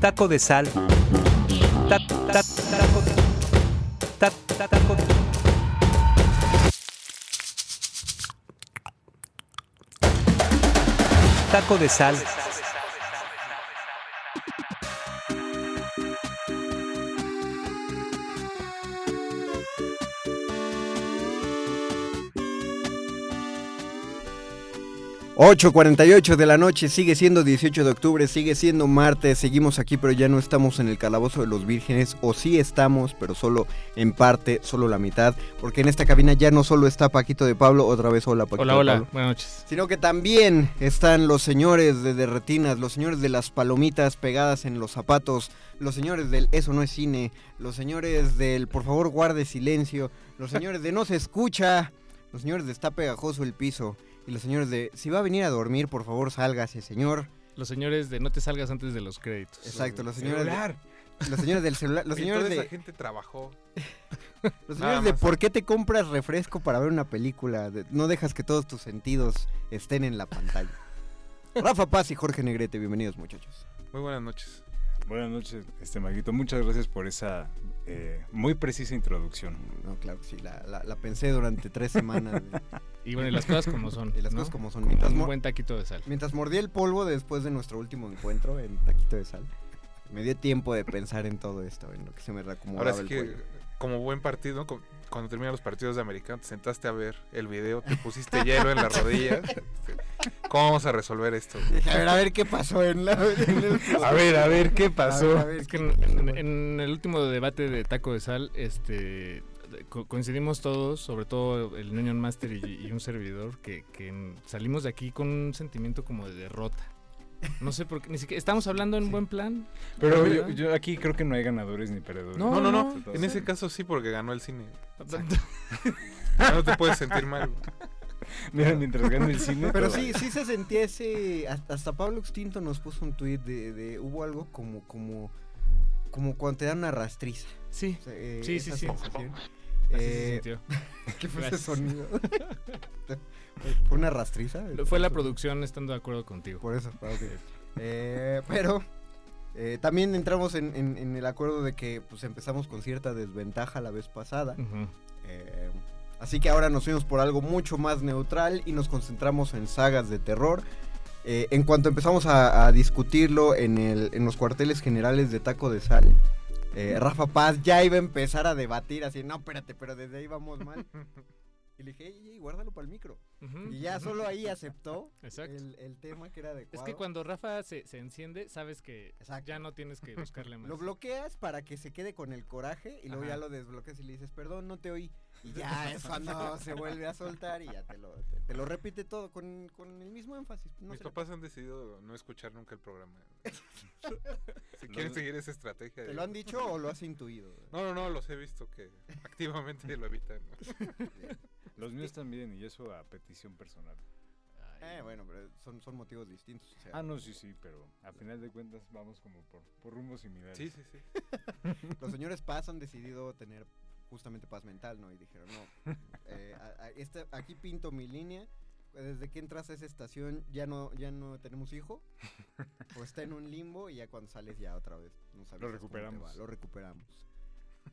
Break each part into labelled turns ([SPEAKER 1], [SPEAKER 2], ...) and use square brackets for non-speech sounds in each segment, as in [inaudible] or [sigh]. [SPEAKER 1] Taco de sal. Ta- ta- taco de- ta- ta- taco de- Taco de sal.
[SPEAKER 2] ocho cuarenta y ocho de la noche, sigue siendo 18 de octubre, sigue siendo martes, seguimos aquí, pero ya no estamos en el calabozo de los vírgenes, o sí estamos, pero solo en parte, solo la mitad, porque en esta cabina ya no solo está Paquito de Pablo, otra vez hola Paquito
[SPEAKER 3] Hola,
[SPEAKER 2] de
[SPEAKER 3] hola,
[SPEAKER 2] Pablo,
[SPEAKER 3] buenas noches.
[SPEAKER 2] sino que también están los señores de derretinas, los señores de las palomitas pegadas en los zapatos, los señores del eso no es cine, los señores del por favor guarde silencio, los señores de no se escucha, los señores de está pegajoso el piso y los señores de si va a venir a dormir por favor sálgase señor.
[SPEAKER 3] Los señores de no te salgas antes de los créditos.
[SPEAKER 2] Exacto, los señores, de-
[SPEAKER 4] Celular.
[SPEAKER 2] los señores del celular, los
[SPEAKER 4] Oye,
[SPEAKER 2] señores
[SPEAKER 4] toda esa
[SPEAKER 2] de,
[SPEAKER 4] gente trabajó.
[SPEAKER 2] los
[SPEAKER 4] nada
[SPEAKER 2] señores de
[SPEAKER 4] más.
[SPEAKER 2] por qué te compras refresco para ver una película, De- no dejas que todos tus sentidos estén en la pantalla.
[SPEAKER 4] [laughs]
[SPEAKER 2] Rafa Paz y Jorge Negrete, bienvenidos muchachos.
[SPEAKER 4] Muy buenas noches.
[SPEAKER 5] Buenas noches, este Maguito. Muchas gracias por esa eh, muy precisa introducción.
[SPEAKER 2] No, claro que sí, la, la- la pensé durante tres semanas güey.
[SPEAKER 3] Y bueno, y las cosas como [laughs] son.
[SPEAKER 2] [laughs] y las
[SPEAKER 3] ¿no?
[SPEAKER 2] cosas como son.
[SPEAKER 3] Como
[SPEAKER 2] Mientras,
[SPEAKER 3] un
[SPEAKER 2] mor-
[SPEAKER 3] buen taquito de sal.
[SPEAKER 2] mientras mordí el polvo después de nuestro último encuentro en Taquito de Sal, me dio tiempo de pensar en todo esto, en lo que se me reacomodaba
[SPEAKER 4] Ahora sí
[SPEAKER 2] el
[SPEAKER 4] que,
[SPEAKER 2] cuello.
[SPEAKER 4] como buen partido, co- cuando terminan los partidos de americano, te sentaste a ver el video, te pusiste hielo en las
[SPEAKER 2] [laughs]
[SPEAKER 4] rodillas. Este, ¿Cómo vamos a resolver esto?
[SPEAKER 2] Dije, A ver, a ver qué pasó en la... en
[SPEAKER 3] [laughs]
[SPEAKER 2] el-
[SPEAKER 5] A ver, a ver, ¿qué
[SPEAKER 2] A ver,
[SPEAKER 5] pasó?
[SPEAKER 2] a ver,
[SPEAKER 3] Es que en, en- en el último debate de Taco de Sal, este co- coincidimos todos, sobre todo el Union Master y, y un servidor, que, que salimos de aquí con un sentimiento como de derrota. No sé por qué, ni siquiera, estamos hablando en buen plan.
[SPEAKER 5] Pero yo,
[SPEAKER 3] ¿verdad?
[SPEAKER 5] yo aquí creo que no hay ganadores ni perdedores.
[SPEAKER 3] No,
[SPEAKER 4] No, no, no.
[SPEAKER 3] no,
[SPEAKER 4] En
[SPEAKER 3] sí.
[SPEAKER 4] ese caso sí, porque ganó
[SPEAKER 2] [laughs]
[SPEAKER 4] el cine. Ya No te puedes sentir mal.
[SPEAKER 5] Mira, mientras gana el cine.
[SPEAKER 2] Pero
[SPEAKER 5] todo.
[SPEAKER 2] sí, sí se sentía ese. Hasta, hasta Pablo Extinto nos puso un tuit de, de- Hubo algo como, como. Como cuando te dan una rastriza.
[SPEAKER 3] [laughs] Sí,
[SPEAKER 2] O sea, eh,
[SPEAKER 3] Sí,
[SPEAKER 2] esa
[SPEAKER 3] sí, sí.
[SPEAKER 2] sensación.
[SPEAKER 3] así
[SPEAKER 2] Eh,
[SPEAKER 3] se sintió.
[SPEAKER 2] ¿Qué fue
[SPEAKER 3] Gracias.
[SPEAKER 2] ese
[SPEAKER 3] [laughs]
[SPEAKER 2] sonido? ¿Fue una rastriza?
[SPEAKER 3] Lo- Fue la producción estando de acuerdo contigo.
[SPEAKER 2] Por eso, ah, ok. Eh, pero. eh, también entramos en, en- en el acuerdo de que pues empezamos con cierta desventaja la vez pasada.
[SPEAKER 3] Ujú.
[SPEAKER 2] Eh, así que ahora nos fuimos por algo mucho más neutral y nos concentramos en sagas de terror. Eh, en cuanto empezamos a, a discutirlo en, el- en los cuarteles generales de Taco de Sal, eh, Rafa Paz ya iba a empezar a debatir así, no, espérate, pero desde ahí vamos mal. Y le dije, "Ey, ey, guárdalo para el micro.
[SPEAKER 3] Ujú.
[SPEAKER 2] Y ya solo ahí aceptó
[SPEAKER 3] Exacto.
[SPEAKER 2] el, el tema que era adecuado.
[SPEAKER 3] Es que cuando Rafa se, se enciende, sabes que
[SPEAKER 2] Exacto.
[SPEAKER 3] ya no tienes que buscarle
[SPEAKER 2] [laughs]
[SPEAKER 3] más.
[SPEAKER 2] Lo bloqueas para que se quede con el coraje y luego
[SPEAKER 3] Ajá.
[SPEAKER 2] ya lo desbloqueas y le dices, perdón, no te oí. Y
[SPEAKER 4] [laughs]
[SPEAKER 2] ya es cuando se vuelve a soltar y ya te lo, te, te lo repite todo con, con el mismo énfasis. No
[SPEAKER 4] Mis
[SPEAKER 2] se le-
[SPEAKER 4] papás han decidido no escuchar nunca
[SPEAKER 2] [laughs]
[SPEAKER 4] el programa. Si
[SPEAKER 5] No,
[SPEAKER 4] quieren
[SPEAKER 5] no.
[SPEAKER 4] seguir esa
[SPEAKER 2] ¿Te
[SPEAKER 4] estrategia. de-
[SPEAKER 2] lo han dicho o lo has intuido?
[SPEAKER 4] [laughs] No, no, no, los he visto
[SPEAKER 2] [laughs]
[SPEAKER 4] que activamente lo evitan.
[SPEAKER 5] Los míos también, y eso a petición personal.
[SPEAKER 2] Eh, bueno, pero son, son motivos distintos. o sea,
[SPEAKER 5] Ah, no, sí, sí, pero a final de cuentas vamos como por, por rumbos similares.
[SPEAKER 4] Sí, sí, sí.
[SPEAKER 2] Los señores Paz han decidido tener justamente paz mental, ¿no? Y dijeron, no, eh, a- a- esta- aquí pinto mi línea. Desde que entras a esa estación ya no, ya no tenemos hijo. O está en un limbo y ya cuando sales ya otra vez. No sabes
[SPEAKER 5] recuperamos.
[SPEAKER 2] Lo recuperamos.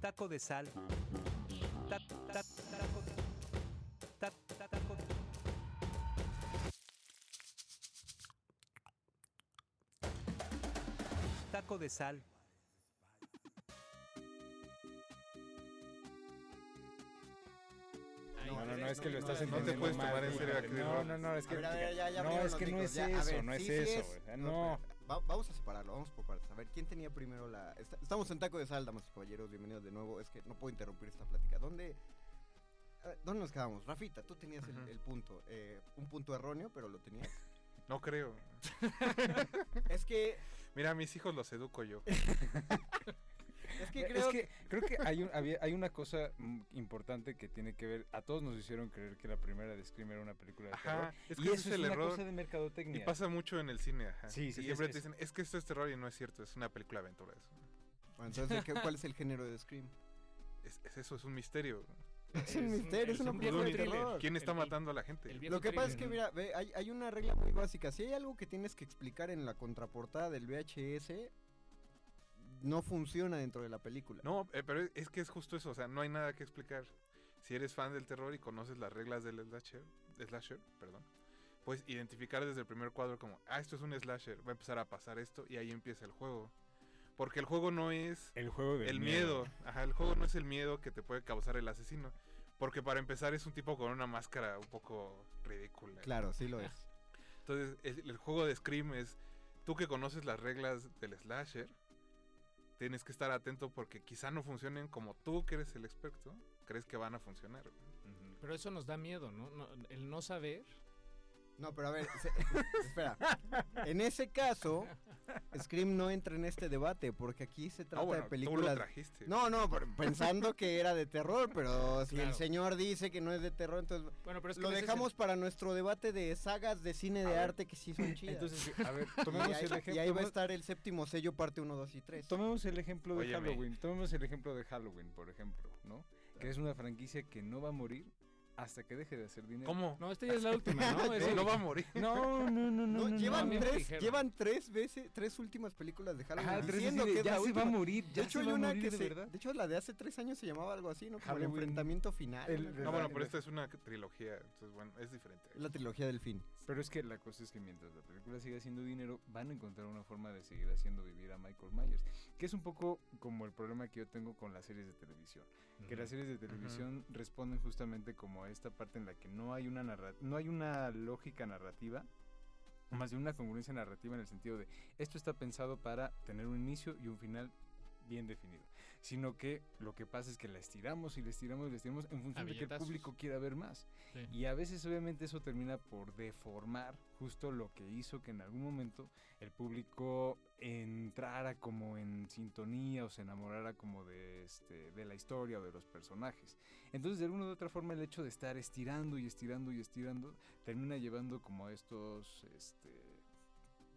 [SPEAKER 1] Taco de sal. Ta- ta- taco- ta- ta- taco- Taco de sal.
[SPEAKER 3] Ay,
[SPEAKER 5] No, no, no, es que
[SPEAKER 2] no,
[SPEAKER 5] lo estás
[SPEAKER 2] no, no te
[SPEAKER 5] entendiendo.
[SPEAKER 4] puedes
[SPEAKER 5] mal,
[SPEAKER 4] tomar en
[SPEAKER 5] güey.
[SPEAKER 4] serio a Chris
[SPEAKER 5] No,
[SPEAKER 4] Rock.
[SPEAKER 5] no, no, es
[SPEAKER 2] A
[SPEAKER 5] que.
[SPEAKER 2] ver, a ver, ya, ya
[SPEAKER 5] no,
[SPEAKER 2] abrieron
[SPEAKER 5] es que
[SPEAKER 2] los
[SPEAKER 5] no
[SPEAKER 2] micros,
[SPEAKER 5] es
[SPEAKER 2] ya, a
[SPEAKER 5] eso,
[SPEAKER 2] ver,
[SPEAKER 5] no es
[SPEAKER 2] sí, sí
[SPEAKER 5] eso,
[SPEAKER 2] es. No,
[SPEAKER 5] güey. No.
[SPEAKER 2] espera, va- vamos a separarlo, vamos por partes. A ver, ¿quién tenía primero la...? Esta- estamos en Taco de Sal, damas y caballeros, bienvenidos de nuevo. Es que no puedo interrumpir esta plática. ¿Dónde, a ver, ¿dónde nos quedamos? Rafita, tú tenías el,
[SPEAKER 4] Ujú.
[SPEAKER 2] el punto. eh, un punto erróneo, pero lo tenías.
[SPEAKER 4] No creo.
[SPEAKER 2] [laughs] es que,
[SPEAKER 4] Mira, a mis hijos los educo yo.
[SPEAKER 2] es que
[SPEAKER 5] Ve,
[SPEAKER 2] creo
[SPEAKER 5] es que creo que hay, un- había- hay una cosa mm, importante que tiene que ver. A todos nos hicieron creer que la primera de Scream era una película de terror.
[SPEAKER 4] Ajá. Es que
[SPEAKER 5] y
[SPEAKER 4] ese
[SPEAKER 5] eso
[SPEAKER 4] es el
[SPEAKER 5] una
[SPEAKER 4] error.
[SPEAKER 5] cosa de mercadotecnia.
[SPEAKER 4] Y pasa mucho en el cine, ajá.
[SPEAKER 5] Sí,
[SPEAKER 4] Y
[SPEAKER 5] sí,
[SPEAKER 4] siempre
[SPEAKER 5] es-
[SPEAKER 4] te dicen, es que esto es terror y no es cierto, es una película de aventuras.
[SPEAKER 5] [laughs]
[SPEAKER 2] Bueno, entonces, ¿qué- ¿cuál es el género de Scream?
[SPEAKER 4] Es, es eso, es un misterio.
[SPEAKER 2] Es un misterio, es una
[SPEAKER 4] un
[SPEAKER 2] película de
[SPEAKER 4] thriller.
[SPEAKER 2] terror.
[SPEAKER 4] ¿Quién está matando a la gente?
[SPEAKER 2] Lo que pasa es que, mira, ve, hay, hay una regla muy básica. Si hay algo que tienes que explicar en la contraportada del VHS, no funciona dentro de la película.
[SPEAKER 4] No, eh, pero es- es que es justo eso, o sea, no hay nada que explicar. Si eres fan del terror y conoces las reglas del slasher, slasher perdón, puedes identificar desde el primer cuadro como, ah, esto es un slasher, va a empezar a pasar esto y ahí empieza el juego. Porque el juego no es
[SPEAKER 5] El juego del
[SPEAKER 4] el miedo.
[SPEAKER 5] miedo.
[SPEAKER 4] Ajá, el juego no es el miedo que te puede causar el asesino. Porque para empezar es un tipo con una máscara un poco ridícula.
[SPEAKER 2] Claro, sí lo es.
[SPEAKER 4] Entonces, el, el juego de Scream es, tú que conoces las reglas del slasher, tienes que estar atento porque quizá no funcionen como tú, que eres el experto, crees que van a funcionar.
[SPEAKER 3] Pero eso nos da miedo, ¿no? No, El no saber.
[SPEAKER 2] No, pero a ver, se- [laughs] espera. En ese caso, Scream no entra en este debate porque aquí se
[SPEAKER 5] Ah,
[SPEAKER 2] trata
[SPEAKER 4] Ah,
[SPEAKER 2] de
[SPEAKER 4] bueno, tú lo
[SPEAKER 2] películas.
[SPEAKER 4] trajiste.
[SPEAKER 2] No, no, pero pensando que era de terror, pero si el
[SPEAKER 3] Claro.
[SPEAKER 2] señor dice que no es de terror, entonces
[SPEAKER 3] Bueno, pero es que
[SPEAKER 2] lo
[SPEAKER 3] en ese
[SPEAKER 2] dejamos para nuestro debate de sagas de cine de arte que sí son chidas. [laughs]
[SPEAKER 5] Entonces, a ver,
[SPEAKER 2] Y
[SPEAKER 5] tomemos
[SPEAKER 2] ahí-
[SPEAKER 5] el ejemplo.
[SPEAKER 2] Y ahí va a estar el séptimo sello parte 1, 2 y 3.
[SPEAKER 5] Tomemos el ejemplo de
[SPEAKER 4] Óyeme.
[SPEAKER 5] Halloween. Tomemos el ejemplo de Halloween, por ejemplo, ¿no? Que es una franquicia que no va a morir hasta que deje de hacer dinero.
[SPEAKER 4] ¿Cómo?
[SPEAKER 3] No, esta ya es la última, ¿no? Es
[SPEAKER 5] Sí.
[SPEAKER 4] No va a morir.
[SPEAKER 5] No, no, no, no.
[SPEAKER 2] No,
[SPEAKER 5] no,
[SPEAKER 2] llevan,
[SPEAKER 5] no.
[SPEAKER 3] no, a mí me
[SPEAKER 2] tres,
[SPEAKER 3] dijeron.
[SPEAKER 2] llevan tres veces, tres últimas películas de Halloween
[SPEAKER 5] Ajá, Ah, tres
[SPEAKER 2] diciendo
[SPEAKER 5] así de,
[SPEAKER 2] que es
[SPEAKER 5] ya
[SPEAKER 2] la
[SPEAKER 5] se
[SPEAKER 2] última.
[SPEAKER 5] va a morir, ya
[SPEAKER 2] de hecho,
[SPEAKER 5] se
[SPEAKER 2] hay
[SPEAKER 5] va a
[SPEAKER 2] una
[SPEAKER 5] morir
[SPEAKER 2] que
[SPEAKER 5] de
[SPEAKER 2] se,
[SPEAKER 5] verdad.
[SPEAKER 2] de hecho, la de hace tres años se llamaba algo así, ¿no? Como
[SPEAKER 5] Halloween.
[SPEAKER 2] el enfrentamiento final.
[SPEAKER 5] El-
[SPEAKER 2] una
[SPEAKER 5] el-
[SPEAKER 2] cosa
[SPEAKER 4] [laughs] No, bueno,
[SPEAKER 2] así.
[SPEAKER 4] pero esta es una trilogía, entonces, bueno, es diferente.
[SPEAKER 2] Es la trilogía del fin.
[SPEAKER 5] Pero es que la cosa es que mientras la película siga haciendo dinero, van a encontrar una forma de seguir haciendo vivir a Michael Myers. Que es un poco como el problema que yo tengo con las series de televisión.
[SPEAKER 3] Mm,
[SPEAKER 5] Que las series de televisión responden justamente como a esta parte en la que no hay una narra- no hay una lógica narrativa, más de una congruencia narrativa en el sentido de esto está pensado para tener un inicio y un final bien definido, sino que lo que pasa es que la estiramos y la estiramos y la estiramos en función de que el
[SPEAKER 3] billetazos.
[SPEAKER 5] público quiera ver más.
[SPEAKER 3] Sí.
[SPEAKER 5] Y a veces obviamente eso termina por deformar justo lo que hizo que en algún momento el público entrara como en sintonía o se enamorara como de, este, de la historia o de los personajes. Entonces, de alguna u otra forma, el hecho de estar estirando y estirando y estirando termina llevando como a estos, este,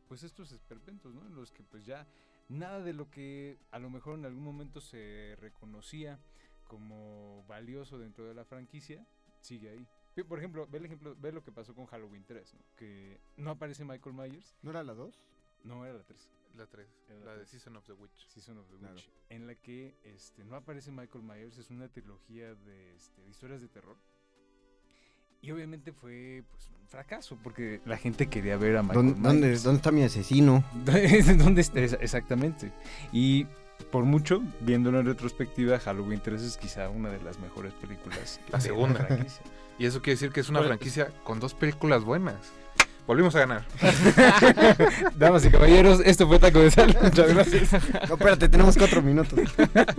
[SPEAKER 5] pues estos esperpentos, ¿no? En los que pues ya nada de lo que a lo mejor en algún momento se reconocía como valioso dentro de la franquicia sigue ahí. Ve, Por ejemplo, ve, el ejemplo, ve lo que pasó con Halloween 3, ¿no? Que no aparece Michael Myers.
[SPEAKER 2] ¿No era la 2?
[SPEAKER 5] No, era la 3.
[SPEAKER 4] La 3,
[SPEAKER 5] Era la
[SPEAKER 4] la de
[SPEAKER 5] tres.
[SPEAKER 4] Season of the Witch.
[SPEAKER 5] Season of the
[SPEAKER 2] Claro.
[SPEAKER 5] Witch, en la que este, no aparece Michael Myers, es una trilogía de, este, de historias de terror. Y obviamente fue pues, un fracaso, porque la gente quería ver a Michael
[SPEAKER 2] ¿Dónde, dónde-
[SPEAKER 5] Myers.
[SPEAKER 2] dónde está mi asesino?
[SPEAKER 5] [laughs] ¿Dónde, está? Esa- Exactamente. Y por mucho, viéndolo en retrospectiva, Halloween 3 es quizá una de las mejores películas.
[SPEAKER 4] La
[SPEAKER 5] de
[SPEAKER 4] segunda.
[SPEAKER 5] franquicia.
[SPEAKER 4] Y eso quiere decir que es una
[SPEAKER 5] Bueno.
[SPEAKER 4] franquicia con dos películas buenas. Volvimos a ganar.
[SPEAKER 5] Damas y caballeros, esto fue Taco de Sal. [laughs] Muchas gracias.
[SPEAKER 2] No, espérate, tenemos cuatro minutos. [laughs]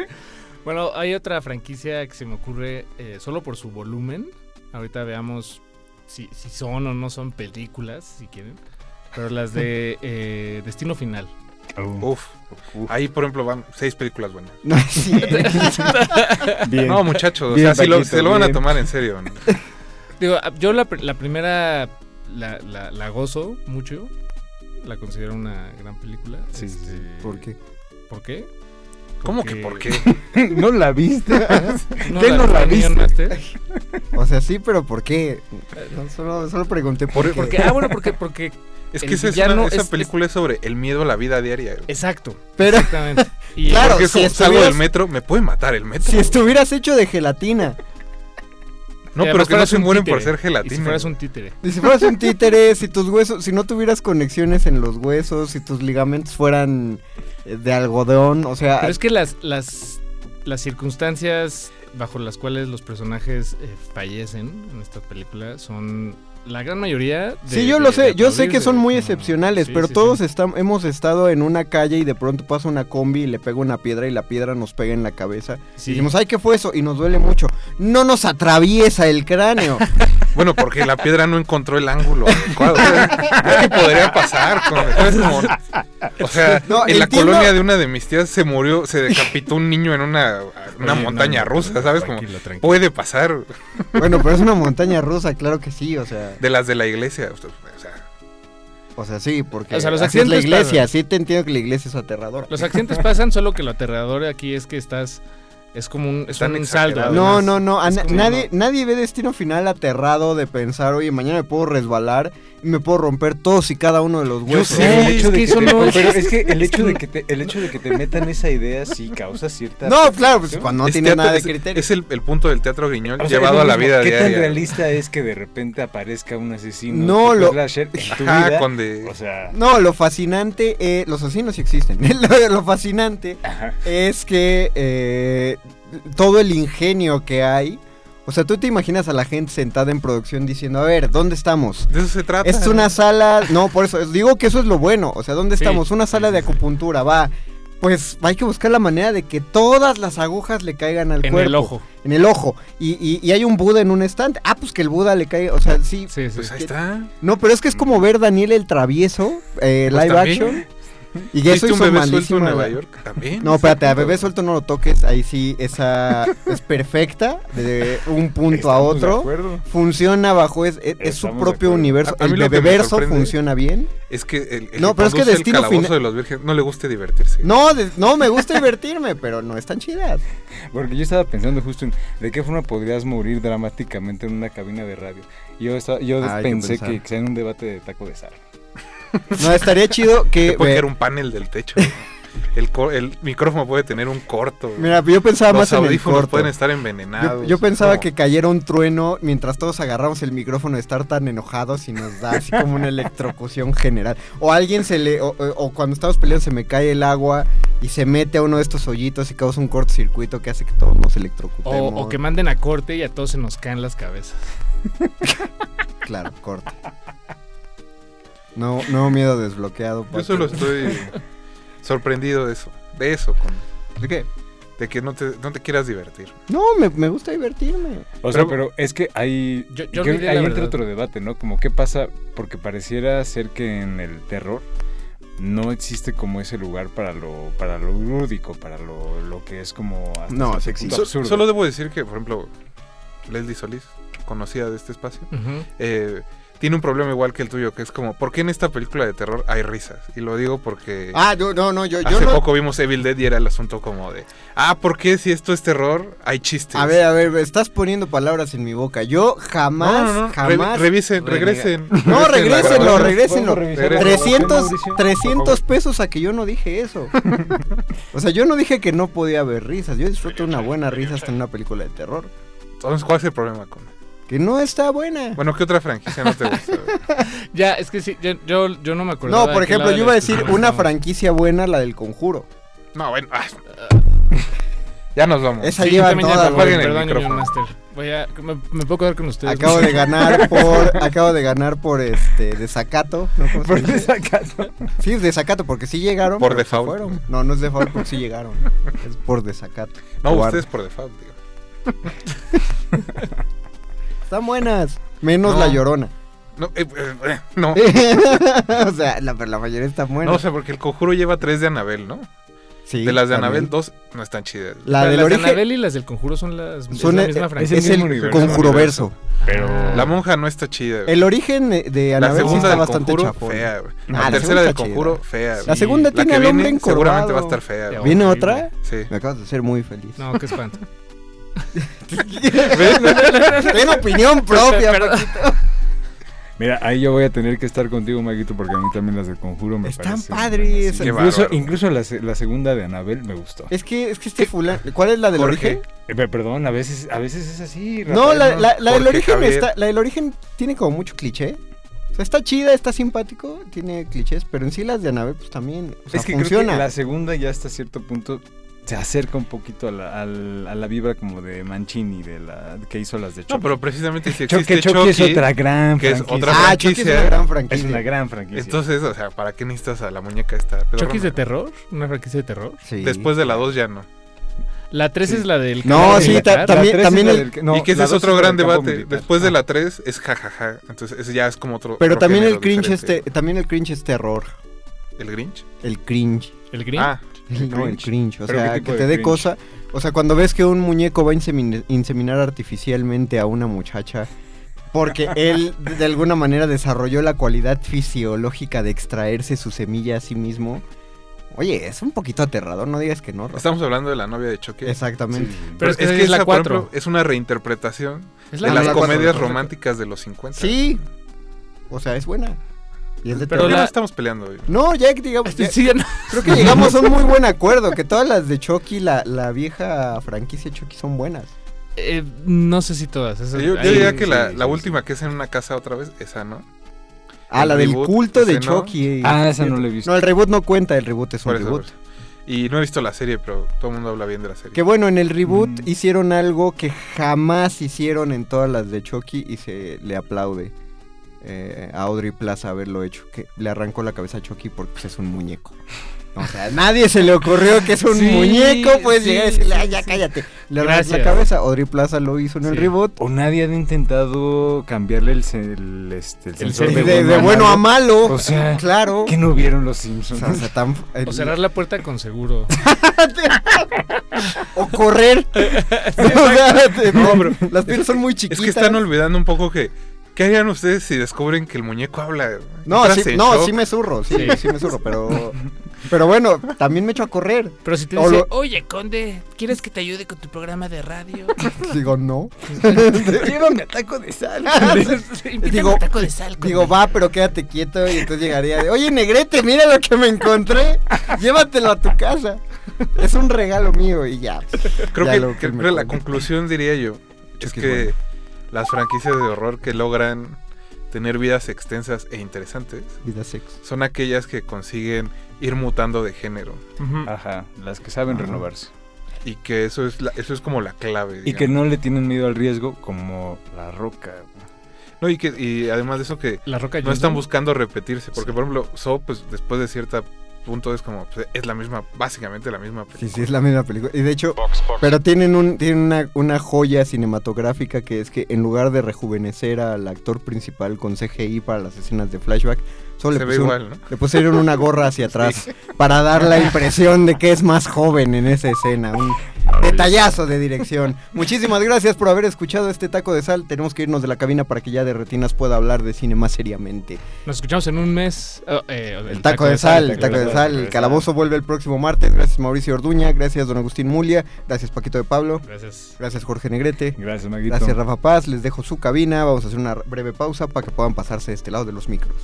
[SPEAKER 3] Bueno, hay otra franquicia que se me ocurre eh, solo por su volumen. Ahorita veamos si, si son o no son películas, si quieren. Pero las
[SPEAKER 4] [laughs]
[SPEAKER 3] de eh, Destino Final.
[SPEAKER 4] Uf. Ahí, por ejemplo, van seis películas buenas.
[SPEAKER 2] No, es [laughs] cierto.
[SPEAKER 5] Bien.
[SPEAKER 4] No, muchachos, o
[SPEAKER 5] Bien,
[SPEAKER 4] sea, si lo,
[SPEAKER 5] Paquito,
[SPEAKER 4] se lo van a
[SPEAKER 5] bien.
[SPEAKER 4] tomar en serio. ¿no?
[SPEAKER 3] Digo, ah, yo la, pr- la primera la, la- la gozo mucho. La considero una gran película. Este,
[SPEAKER 5] Sí, sí, sí.
[SPEAKER 2] ¿Por qué?
[SPEAKER 3] ¿Por qué?
[SPEAKER 4] ¿Cómo que por qué?
[SPEAKER 5] ¿No la viste?
[SPEAKER 3] Tú no
[SPEAKER 5] ¿Qué
[SPEAKER 3] la,
[SPEAKER 5] [laughs] no la
[SPEAKER 3] la
[SPEAKER 5] viste?
[SPEAKER 3] guionaste.
[SPEAKER 4] [laughs]
[SPEAKER 2] O sea, sí, pero ¿por qué? No, solo, solo pregunté por, qué.
[SPEAKER 3] Porque, ah, bueno, porque, porque
[SPEAKER 4] [laughs] Es
[SPEAKER 3] El
[SPEAKER 4] que esa, es
[SPEAKER 3] villano
[SPEAKER 4] una- esa
[SPEAKER 3] es-
[SPEAKER 4] película es sobre el miedo a la vida diaria. güey.
[SPEAKER 3] Exacto.
[SPEAKER 2] Pero- [laughs]
[SPEAKER 3] Exactamente.
[SPEAKER 4] [laughs]
[SPEAKER 3] Y
[SPEAKER 2] Claro,
[SPEAKER 4] Porque es
[SPEAKER 2] si
[SPEAKER 4] como, salgo del
[SPEAKER 2] estuvieras-
[SPEAKER 4] metro, me puede matar el metro.
[SPEAKER 2] Si estuvieras hecho de gelatina
[SPEAKER 4] no,
[SPEAKER 3] y
[SPEAKER 4] pero
[SPEAKER 3] además
[SPEAKER 4] es que no
[SPEAKER 3] fueras
[SPEAKER 4] se
[SPEAKER 3] un
[SPEAKER 4] mueren por
[SPEAKER 3] títere,
[SPEAKER 4] ser gelatina.
[SPEAKER 3] Y si fueras
[SPEAKER 4] güey.
[SPEAKER 3] un títere.
[SPEAKER 2] Y si fueras un títere, si tus huesos, si no tuvieras conexiones en los huesos, si tus ligamentos fueran eh, de algodón, o sea,
[SPEAKER 3] Pero es que las, las, las circunstancias bajo las cuales los personajes eh, fallecen en esta película son la gran mayoría. De,
[SPEAKER 2] sí, yo
[SPEAKER 3] de-
[SPEAKER 2] lo
[SPEAKER 3] de
[SPEAKER 2] sé, yo sé que
[SPEAKER 3] aplaudirse.
[SPEAKER 2] son muy
[SPEAKER 3] No,
[SPEAKER 2] excepcionales,
[SPEAKER 3] sí,
[SPEAKER 2] pero
[SPEAKER 3] sí,
[SPEAKER 2] todos
[SPEAKER 3] sí.
[SPEAKER 2] estam- hemos estado en una calle y de pronto pasa una combi y le pega una piedra y la piedra nos pega en la cabeza.
[SPEAKER 3] Sí.
[SPEAKER 2] Y decimos, ay, ¿qué fue eso? Y nos duele mucho. No nos atraviesa el
[SPEAKER 3] [laughs]
[SPEAKER 2] cráneo.
[SPEAKER 4] Bueno, porque la piedra no encontró el
[SPEAKER 5] [laughs]
[SPEAKER 4] ángulo adecuado. ¿Qué podría pasar? con- es como- o sea,
[SPEAKER 2] No,
[SPEAKER 4] en la
[SPEAKER 2] entiendo-
[SPEAKER 4] colonia de una de mis tías se murió, se decapitó un niño en una, una
[SPEAKER 5] Oye, no,
[SPEAKER 4] montaña
[SPEAKER 5] no,
[SPEAKER 4] rusa, ¿sabes? Como,
[SPEAKER 5] tranquilo, tranquilo.
[SPEAKER 4] puede pasar güey,
[SPEAKER 2] bueno, pero es una montaña rusa, claro que sí, o sea,
[SPEAKER 4] de las de la iglesia. O sea,
[SPEAKER 2] o sea, sí, porque
[SPEAKER 3] O sea, los
[SPEAKER 2] así es la
[SPEAKER 3] accidentes
[SPEAKER 2] iglesia,
[SPEAKER 3] pasan.
[SPEAKER 2] [laughs] sí te entiendo que la iglesia es aterradora.
[SPEAKER 3] Los accidentes pasan, solo que lo aterrador aquí es que estás Es como un, es
[SPEAKER 4] Están
[SPEAKER 3] un saldo.
[SPEAKER 4] exagerados.
[SPEAKER 2] No,
[SPEAKER 3] además.
[SPEAKER 2] no, no. a
[SPEAKER 3] Es
[SPEAKER 2] na-
[SPEAKER 3] como-
[SPEAKER 2] nadie, nadie ve destino final aterrado de pensar, oye, mañana me puedo resbalar y me puedo romper todos y cada uno de los huesos.
[SPEAKER 5] Sí, el
[SPEAKER 3] es
[SPEAKER 5] hecho
[SPEAKER 3] que
[SPEAKER 5] de que
[SPEAKER 3] eso
[SPEAKER 5] te-
[SPEAKER 3] no es-
[SPEAKER 5] pero es que el
[SPEAKER 3] es
[SPEAKER 5] hecho
[SPEAKER 3] que-
[SPEAKER 5] de que te, el hecho de que te metan esa idea sí causa cierta
[SPEAKER 2] No, claro, pues
[SPEAKER 5] ¿no?
[SPEAKER 2] cuando no
[SPEAKER 4] Es
[SPEAKER 2] tiene
[SPEAKER 4] teatro-
[SPEAKER 2] nada de
[SPEAKER 4] este es-
[SPEAKER 2] criterio.
[SPEAKER 4] Es el, el punto del teatro guiñol
[SPEAKER 5] O sea,
[SPEAKER 4] llevado
[SPEAKER 5] es
[SPEAKER 4] a
[SPEAKER 5] lo
[SPEAKER 4] la
[SPEAKER 5] mismo,
[SPEAKER 4] vida
[SPEAKER 5] ¿Qué tan
[SPEAKER 4] diaria.
[SPEAKER 5] realista es que de repente aparezca un asesino
[SPEAKER 2] No,
[SPEAKER 5] tipo
[SPEAKER 2] lo-
[SPEAKER 5] slasher en tu
[SPEAKER 4] [laughs] Ajá,
[SPEAKER 5] vida?
[SPEAKER 4] con de-
[SPEAKER 5] O sea,
[SPEAKER 2] No, lo fascinante, eh, los asesinos sí existen. [laughs] lo, lo fascinante
[SPEAKER 5] ajá.
[SPEAKER 2] es que eh, todo el ingenio que hay. O sea, tú te imaginas a la gente sentada en producción diciendo, a ver, ¿dónde estamos?
[SPEAKER 4] De eso se trata.
[SPEAKER 2] Es una sala, no, por eso, digo que eso es lo bueno, o sea, ¿dónde
[SPEAKER 3] Sí,
[SPEAKER 2] estamos? Una
[SPEAKER 3] sí,
[SPEAKER 2] sala
[SPEAKER 3] sí,
[SPEAKER 2] de
[SPEAKER 3] sí.
[SPEAKER 2] acupuntura, va. Pues hay que buscar la manera de que todas las agujas le caigan al
[SPEAKER 3] en
[SPEAKER 2] cuerpo.
[SPEAKER 3] el ojo.
[SPEAKER 2] En el ojo. Y, y- y hay un Buda en un estante. Ah, pues que el Buda le caiga, o sea, sí.
[SPEAKER 3] Sí, sí.
[SPEAKER 4] Pues ahí está.
[SPEAKER 2] No, pero es que es como ver Daniel el Travieso, eh,
[SPEAKER 4] Mm. Pues
[SPEAKER 2] live
[SPEAKER 4] también.
[SPEAKER 2] action. Y eso
[SPEAKER 4] ¿Viste
[SPEAKER 2] hizo
[SPEAKER 4] un bebé suelto en
[SPEAKER 2] malísima
[SPEAKER 4] Nueva
[SPEAKER 2] la-
[SPEAKER 4] York? También.
[SPEAKER 2] No, espérate, a bebé suelto
[SPEAKER 4] suelto.
[SPEAKER 2] no lo toques, ahí sí, esa es perfecta, de un punto a
[SPEAKER 5] Estamos de
[SPEAKER 2] otro.
[SPEAKER 5] acuerdo.
[SPEAKER 2] Funciona bajo, es, es- es su
[SPEAKER 5] Estamos de
[SPEAKER 2] propio
[SPEAKER 5] acuerdo.
[SPEAKER 2] universo.
[SPEAKER 4] A- a mí
[SPEAKER 2] el
[SPEAKER 4] lo que me
[SPEAKER 2] bebeverso
[SPEAKER 4] sorprende-
[SPEAKER 2] funciona bien.
[SPEAKER 4] Es que el, el
[SPEAKER 2] No, pero es que
[SPEAKER 4] conduce el
[SPEAKER 2] Destino
[SPEAKER 4] calabozo
[SPEAKER 2] Final-
[SPEAKER 4] de los vírgenes no le gusta divertirse.
[SPEAKER 2] No, de- no, me gusta divertirme, [laughs] pero no están chidas.
[SPEAKER 5] Porque yo estaba pensando justo en de qué forma podrías morir dramáticamente en una cabina de radio. Yo, estaba- yo
[SPEAKER 2] Ah, hay que
[SPEAKER 5] pensé
[SPEAKER 2] pensar.
[SPEAKER 5] que, que sea en un debate de taco de sal.
[SPEAKER 2] No, estaría chido que...
[SPEAKER 4] Te puede
[SPEAKER 2] ve-
[SPEAKER 4] caer un panel del
[SPEAKER 2] [laughs]
[SPEAKER 4] techo. el, co- el micrófono puede tener un corto.
[SPEAKER 2] Mira, yo pensaba
[SPEAKER 4] los
[SPEAKER 2] más en el
[SPEAKER 4] audífonos
[SPEAKER 2] corto.
[SPEAKER 4] pueden estar
[SPEAKER 2] Yo,
[SPEAKER 4] envenenados.
[SPEAKER 2] yo pensaba
[SPEAKER 4] No.
[SPEAKER 2] que cayera un trueno mientras todos agarramos el micrófono de estar tan enojados y nos da así como una electrocución general. O alguien se le. O, o- o cuando estamos peleando se me cae el agua y se mete a uno de estos hoyitos y causa un cortocircuito que hace que todos nos
[SPEAKER 3] O,
[SPEAKER 2] electrocutemos.
[SPEAKER 3] o que manden a corte y a todos se nos caen las cabezas.
[SPEAKER 2] Claro, corte. No, no miedo desbloqueado.
[SPEAKER 4] Yo
[SPEAKER 2] Paco.
[SPEAKER 4] solo
[SPEAKER 2] [laughs]
[SPEAKER 4] estoy sorprendido de eso. De eso, con-
[SPEAKER 2] ¿De qué?
[SPEAKER 4] de que no te, no te quieras divertir.
[SPEAKER 2] No, me, me gusta divertirme.
[SPEAKER 5] O sea,
[SPEAKER 4] Pero-
[SPEAKER 5] pero es que ahí,
[SPEAKER 3] Yo- yo
[SPEAKER 5] creo
[SPEAKER 3] olvidé
[SPEAKER 5] que
[SPEAKER 3] la
[SPEAKER 5] ahí
[SPEAKER 3] verdad.
[SPEAKER 5] entra otro debate, ¿no? Como qué pasa, porque pareciera ser que en el terror no existe como ese lugar para lo, para lo lúdico, para lo, lo que es como hasta
[SPEAKER 2] No,
[SPEAKER 5] cierto
[SPEAKER 2] sí
[SPEAKER 5] punto
[SPEAKER 2] existe.
[SPEAKER 4] So-
[SPEAKER 5] absurdo.
[SPEAKER 4] solo debo decir que, por ejemplo, Leslie Solís, conocida de este espacio,
[SPEAKER 3] Ujú.
[SPEAKER 4] eh, tiene un problema igual que el tuyo, que es como, ¿por qué en esta película de terror hay risas? Y lo digo porque...
[SPEAKER 2] Ah, no, no, no, yo, yo
[SPEAKER 4] Hace
[SPEAKER 2] no.
[SPEAKER 4] poco vimos Evil Dead y era el asunto como de, ah, ¿por qué si esto es terror hay chistes?
[SPEAKER 2] A ver, a ver, estás poniendo palabras en mi boca. Yo jamás,
[SPEAKER 4] no, no, no, re-
[SPEAKER 2] jamás.
[SPEAKER 4] revisen, regresen.
[SPEAKER 2] [laughs] No,
[SPEAKER 4] regresen
[SPEAKER 2] regrésenlo,
[SPEAKER 4] la grabación.
[SPEAKER 5] ¿Podemos
[SPEAKER 2] regrésenlo.
[SPEAKER 5] revisar la grabación,
[SPEAKER 2] 300,
[SPEAKER 5] Mauricio?
[SPEAKER 2] 300 pesos a que yo no dije eso.
[SPEAKER 4] [laughs]
[SPEAKER 2] O sea, yo no dije que no podía haber risas. Yo disfruto una buena risa hasta en una película de terror.
[SPEAKER 4] Entonces, ¿cuál es el problema con?
[SPEAKER 2] Que no está buena.
[SPEAKER 4] Bueno, ¿qué otra franquicia no te gusta? [laughs]
[SPEAKER 3] Ya, es que sí, yo, yo, yo no me acuerdo.
[SPEAKER 2] No, por ejemplo, yo iba a
[SPEAKER 4] [laughs]
[SPEAKER 2] decir una franquicia buena, la del conjuro.
[SPEAKER 4] no, bueno, ah. ya nos vamos.
[SPEAKER 2] Esa lleva todas. güey.
[SPEAKER 4] acuerdo. Apaguen el
[SPEAKER 3] Perdón, Union
[SPEAKER 4] micrófono.
[SPEAKER 3] Master. Voy a, me, me puedo quedar con ustedes.
[SPEAKER 2] Acabo de ganar por. Acabo de ganar por este. Desacato. ¿no? ¿Cómo se
[SPEAKER 5] ¿Por
[SPEAKER 2] dice?
[SPEAKER 5] qué sacas?
[SPEAKER 2] Sí, desacato, porque sí llegaron.
[SPEAKER 4] Por
[SPEAKER 2] pero se
[SPEAKER 4] default.
[SPEAKER 2] fueron. No, no es default porque sí llegaron. Es por desacato.
[SPEAKER 4] No,
[SPEAKER 2] Cobarde.
[SPEAKER 4] ustedes por default, digo.
[SPEAKER 2] Están buenas. Menos
[SPEAKER 4] No.
[SPEAKER 2] la llorona.
[SPEAKER 4] No, eh, eh, eh, no,
[SPEAKER 2] [laughs] o sea, la, pero la mayoría está buena.
[SPEAKER 4] no, o sea, porque el conjuro lleva tres de Anabel, ¿no?
[SPEAKER 2] Sí,
[SPEAKER 4] de las de Anabel,
[SPEAKER 2] también.
[SPEAKER 4] dos no están chidas.
[SPEAKER 2] La
[SPEAKER 3] Pero
[SPEAKER 2] del
[SPEAKER 3] [laughs] las de
[SPEAKER 2] origen
[SPEAKER 3] Anabel y las del Conjuro son las es
[SPEAKER 2] son
[SPEAKER 3] la
[SPEAKER 2] e-
[SPEAKER 3] misma
[SPEAKER 2] es,
[SPEAKER 3] franquicia.
[SPEAKER 5] franquicia.
[SPEAKER 2] el
[SPEAKER 5] Es el mismo
[SPEAKER 2] conjuroverso.
[SPEAKER 5] Pero...
[SPEAKER 4] La monja no está chida. güey.
[SPEAKER 2] El origen eh, de
[SPEAKER 4] la
[SPEAKER 2] Anabel sí
[SPEAKER 4] segunda
[SPEAKER 2] está
[SPEAKER 4] del
[SPEAKER 2] bastante
[SPEAKER 4] conjuro,
[SPEAKER 2] chafón.
[SPEAKER 4] fea. güey.
[SPEAKER 2] Nah, la
[SPEAKER 4] la, tercera
[SPEAKER 2] segunda
[SPEAKER 4] del
[SPEAKER 2] está
[SPEAKER 4] conjuro,
[SPEAKER 2] chida.
[SPEAKER 4] fea. güey.
[SPEAKER 2] La segunda
[SPEAKER 4] La
[SPEAKER 2] tiene
[SPEAKER 4] que
[SPEAKER 2] al hombre
[SPEAKER 4] viene seguramente va a
[SPEAKER 2] encorvado.
[SPEAKER 4] estar fea. güey.
[SPEAKER 2] ¿Viene
[SPEAKER 3] Horrible.
[SPEAKER 2] otra?
[SPEAKER 4] Sí.
[SPEAKER 2] Me acabas de hacer muy feliz.
[SPEAKER 3] No, qué espanto.
[SPEAKER 4] [laughs]
[SPEAKER 2] Ten opinión propia. Paquito.
[SPEAKER 5] Mira, ahí yo voy a tener que estar contigo, Maguito, porque a mí también las del conjuro me
[SPEAKER 2] Están
[SPEAKER 5] parecen
[SPEAKER 2] padres.
[SPEAKER 5] buenas.
[SPEAKER 4] Qué
[SPEAKER 5] Incluso,
[SPEAKER 4] bárbaro.
[SPEAKER 5] incluso la, se- la segunda de Anabel me gustó.
[SPEAKER 2] es que es que este fulano, ¿cuál es la del
[SPEAKER 4] Jorge,
[SPEAKER 2] origen?
[SPEAKER 5] Eh, pe- perdón, a veces, a veces es así.
[SPEAKER 2] No,
[SPEAKER 5] Rafael,
[SPEAKER 2] la, la, la del
[SPEAKER 4] Jorge
[SPEAKER 2] origen
[SPEAKER 4] Javier.
[SPEAKER 2] está, la del origen tiene como mucho cliché. O sea, está chida, está simpático, tiene clichés, pero en sí las de Anabel pues también o sea,
[SPEAKER 5] es que creo
[SPEAKER 2] funciona.
[SPEAKER 5] que la segunda ya hasta cierto punto se acerca un poquito a la, al- a la vibra como de Mancini, de la que hizo las de
[SPEAKER 4] No,
[SPEAKER 5] Chucky.
[SPEAKER 4] pero precisamente si
[SPEAKER 5] Chucky,
[SPEAKER 4] existe
[SPEAKER 5] Chucky
[SPEAKER 4] Chucky,
[SPEAKER 5] es otra gran
[SPEAKER 4] que es
[SPEAKER 5] franquicia.
[SPEAKER 4] otra
[SPEAKER 2] Ah, Chucky es una
[SPEAKER 4] franquicia.
[SPEAKER 2] gran franquicia.
[SPEAKER 5] es una gran franquicia.
[SPEAKER 4] entonces, o sea, ¿para qué necesitas a la muñeca esta? pedorrona?
[SPEAKER 3] ¿Chucky es de terror? ¿Una franquicia de terror?
[SPEAKER 2] Sí.
[SPEAKER 4] Después de la 2 ya no.
[SPEAKER 3] La 3
[SPEAKER 5] Sí.
[SPEAKER 3] es la del.
[SPEAKER 2] No,
[SPEAKER 3] cadáver
[SPEAKER 2] sí,
[SPEAKER 3] de la
[SPEAKER 2] ta-
[SPEAKER 3] cara.
[SPEAKER 5] La
[SPEAKER 2] también-
[SPEAKER 5] tres es
[SPEAKER 2] también
[SPEAKER 5] la
[SPEAKER 2] el-
[SPEAKER 5] del- no,
[SPEAKER 4] y que ese
[SPEAKER 5] la
[SPEAKER 4] es
[SPEAKER 5] dos
[SPEAKER 4] otro
[SPEAKER 5] la
[SPEAKER 4] gran
[SPEAKER 5] del campo
[SPEAKER 4] debate.
[SPEAKER 5] militar.
[SPEAKER 4] Después de
[SPEAKER 5] Ah.
[SPEAKER 4] la 3 es jajaja. Entonces, ese ya es como otro.
[SPEAKER 2] Pero
[SPEAKER 4] otro
[SPEAKER 2] también el
[SPEAKER 4] género
[SPEAKER 2] cringe
[SPEAKER 4] diferente.
[SPEAKER 2] este, también el cringe es terror.
[SPEAKER 4] ¿El Grinch?
[SPEAKER 2] El cringe.
[SPEAKER 3] El Green.
[SPEAKER 4] Ah,
[SPEAKER 5] El
[SPEAKER 2] no, el
[SPEAKER 5] cringe.
[SPEAKER 2] cringe. O
[SPEAKER 5] ¿Pero qué
[SPEAKER 2] sea,
[SPEAKER 5] tipo
[SPEAKER 2] que
[SPEAKER 5] de
[SPEAKER 2] te dé
[SPEAKER 5] cringe?
[SPEAKER 2] cosa. O sea, cuando ves que un muñeco va a inseminar, inseminar artificialmente a una muchacha. Porque
[SPEAKER 5] [laughs]
[SPEAKER 2] él de alguna manera desarrolló la cualidad fisiológica de extraerse su semilla a sí mismo. Oye, es un poquito aterrador, no digas que no. Rafa.
[SPEAKER 4] Estamos hablando de la novia de Chucky.
[SPEAKER 5] Ah,
[SPEAKER 2] Exactamente.
[SPEAKER 4] Pero es que,
[SPEAKER 3] es la
[SPEAKER 4] esa, por
[SPEAKER 3] cuatro.
[SPEAKER 4] ejemplo, es una reinterpretación
[SPEAKER 3] Es la
[SPEAKER 4] de
[SPEAKER 3] cuatro,
[SPEAKER 4] las
[SPEAKER 3] la cuatro,
[SPEAKER 4] comedias
[SPEAKER 3] la cuatro.
[SPEAKER 4] románticas de los 50.
[SPEAKER 2] Sí. O sea, es buena. Y es de
[SPEAKER 4] Pero
[SPEAKER 2] terror.
[SPEAKER 4] ya no estamos peleando hoy.
[SPEAKER 2] No, ya que digamos. ya-
[SPEAKER 3] [laughs] Sí, ya no.
[SPEAKER 2] Creo que llegamos a un muy buen acuerdo. Que todas las de Chucky, la, la vieja franquicia Chucky, son buenas.
[SPEAKER 3] Eh, no sé si todas. eso-
[SPEAKER 4] Yo, yo
[SPEAKER 3] ahí-
[SPEAKER 4] diría que la,
[SPEAKER 5] sí,
[SPEAKER 4] la
[SPEAKER 5] sí,
[SPEAKER 4] última que es en una casa otra vez, esa, ¿no?
[SPEAKER 2] Ah,
[SPEAKER 4] El
[SPEAKER 2] la del
[SPEAKER 4] reboot,
[SPEAKER 2] culto de
[SPEAKER 4] ese no.
[SPEAKER 2] Chucky.
[SPEAKER 5] Ah, esa no la he visto.
[SPEAKER 2] No, el reboot no cuenta, el reboot es un
[SPEAKER 4] Por eso,
[SPEAKER 2] reboot.
[SPEAKER 4] por eso. Y no he visto la serie, pero todo el mundo habla bien de la serie.
[SPEAKER 2] Que bueno, en el reboot
[SPEAKER 5] Mm.
[SPEAKER 2] hicieron algo que jamás hicieron en todas las de Chucky y se le aplaude eh, a Audrey Plaza haberlo hecho. Que le arrancó la cabeza a Chucky porque pues, es un muñeco. O sea, a nadie se le ocurrió que es un
[SPEAKER 3] Sí,
[SPEAKER 2] muñeco, pues
[SPEAKER 3] sí,
[SPEAKER 2] llegar y decirle,
[SPEAKER 3] sí,
[SPEAKER 2] "Ah, ya
[SPEAKER 3] sí.
[SPEAKER 2] cállate. Le arrancó la
[SPEAKER 3] Gracias.
[SPEAKER 2] cabeza. Audrey Plaza lo hizo en el
[SPEAKER 3] Sí.
[SPEAKER 2] reboot.
[SPEAKER 5] O nadie ha intentado cambiarle el, se- el, este, el sensor
[SPEAKER 2] De,
[SPEAKER 3] sensor
[SPEAKER 2] de
[SPEAKER 5] a
[SPEAKER 2] bueno a
[SPEAKER 5] malo.
[SPEAKER 2] malo.
[SPEAKER 5] O sea,
[SPEAKER 2] claro.
[SPEAKER 5] ¿Qué no vieron los
[SPEAKER 2] O,
[SPEAKER 5] Simpsons?
[SPEAKER 2] sea, o
[SPEAKER 5] [laughs]
[SPEAKER 2] sea, tan-
[SPEAKER 3] O cerrar la puerta
[SPEAKER 2] [laughs]
[SPEAKER 3] con seguro.
[SPEAKER 2] o
[SPEAKER 4] [laughs]
[SPEAKER 2] correr. O sea, te-
[SPEAKER 4] No, pero
[SPEAKER 2] las piernas son muy chiquitas.
[SPEAKER 4] Es que están olvidando un poco que. ¿Qué harían ustedes si descubren que el muñeco habla?
[SPEAKER 2] No,
[SPEAKER 4] Entras
[SPEAKER 2] sí,
[SPEAKER 4] en
[SPEAKER 2] no
[SPEAKER 4] shock.
[SPEAKER 2] sí me zurro, sí,
[SPEAKER 3] Sí.
[SPEAKER 2] sí me zurro, pero, pero bueno, también me echo a correr.
[SPEAKER 3] Pero si te
[SPEAKER 2] O
[SPEAKER 3] dice,
[SPEAKER 2] lo-
[SPEAKER 3] oye, Conde, ¿quieres que te ayude con tu programa de radio?
[SPEAKER 2] Digo, no.
[SPEAKER 4] [laughs]
[SPEAKER 5] Llévame a taco de sal.
[SPEAKER 2] Digo, digo, va, pero quédate quieto y entonces llegaría de, oye, negrete, mira lo que me encontré, llévatelo a tu casa. Es un regalo mío y ya.
[SPEAKER 4] Creo
[SPEAKER 2] Ya
[SPEAKER 4] que,
[SPEAKER 2] lo que
[SPEAKER 4] creo
[SPEAKER 2] me
[SPEAKER 4] que la
[SPEAKER 2] cuenta.
[SPEAKER 4] conclusión, diría yo, es
[SPEAKER 2] Chucky
[SPEAKER 4] que
[SPEAKER 2] es bueno.
[SPEAKER 4] las franquicias de horror que logran tener vidas extensas e interesantes
[SPEAKER 2] Vida sexo.
[SPEAKER 4] son aquellas que consiguen ir mutando de género.
[SPEAKER 5] Ajá, las que saben renovarse.
[SPEAKER 4] Y que eso es, la- eso es como la clave.
[SPEAKER 5] Y
[SPEAKER 4] digamos.
[SPEAKER 5] que no le tienen miedo al riesgo como la roca. güey.
[SPEAKER 4] No, y, que, y además de eso que
[SPEAKER 3] La roca
[SPEAKER 4] no
[SPEAKER 3] Johnson.
[SPEAKER 4] están buscando repetirse. Porque, por ejemplo, So, pues después de cierto punto es como, pues, es la misma, básicamente la misma película.
[SPEAKER 2] Sí, sí, es la misma película. Y de hecho, pero tienen, un, tienen una, una joya cinematográfica que es que en lugar de rejuvenecer al actor principal con CGI para las escenas de flashback, solo
[SPEAKER 4] Se
[SPEAKER 2] le
[SPEAKER 4] ve
[SPEAKER 2] pusieron
[SPEAKER 4] igual, ¿no?
[SPEAKER 2] Le pusieron una gorra
[SPEAKER 4] [laughs]
[SPEAKER 2] hacia atrás para dar la impresión de que es más joven en esa escena. Un detallazo de dirección. Muchísimas gracias por haber escuchado este taco de sal. Tenemos que irnos de la cabina para que ya de retinas pueda hablar de cine más seriamente.
[SPEAKER 3] Nos escuchamos en un mes. Oh, eh,
[SPEAKER 2] El, taco, de sal, el taco de sal,
[SPEAKER 5] taco
[SPEAKER 2] el
[SPEAKER 5] de
[SPEAKER 2] calabozo vuelve el próximo martes. Gracias Mauricio Orduña, gracias don Agustín Mulia, gracias Paquito de Pablo,
[SPEAKER 3] Gracias.
[SPEAKER 2] gracias Jorge Negrete.
[SPEAKER 5] Gracias, Maguito.
[SPEAKER 2] Gracias Rafa Paz, les dejo su cabina, vamos a hacer una breve pausa para que puedan pasarse de este lado de los micros.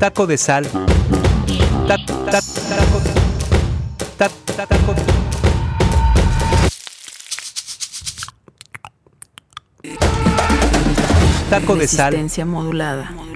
[SPEAKER 1] Taco de sal. Ta- ta- taco- ta- ta- taco- Taco de sal.
[SPEAKER 6] Resistencia modulada.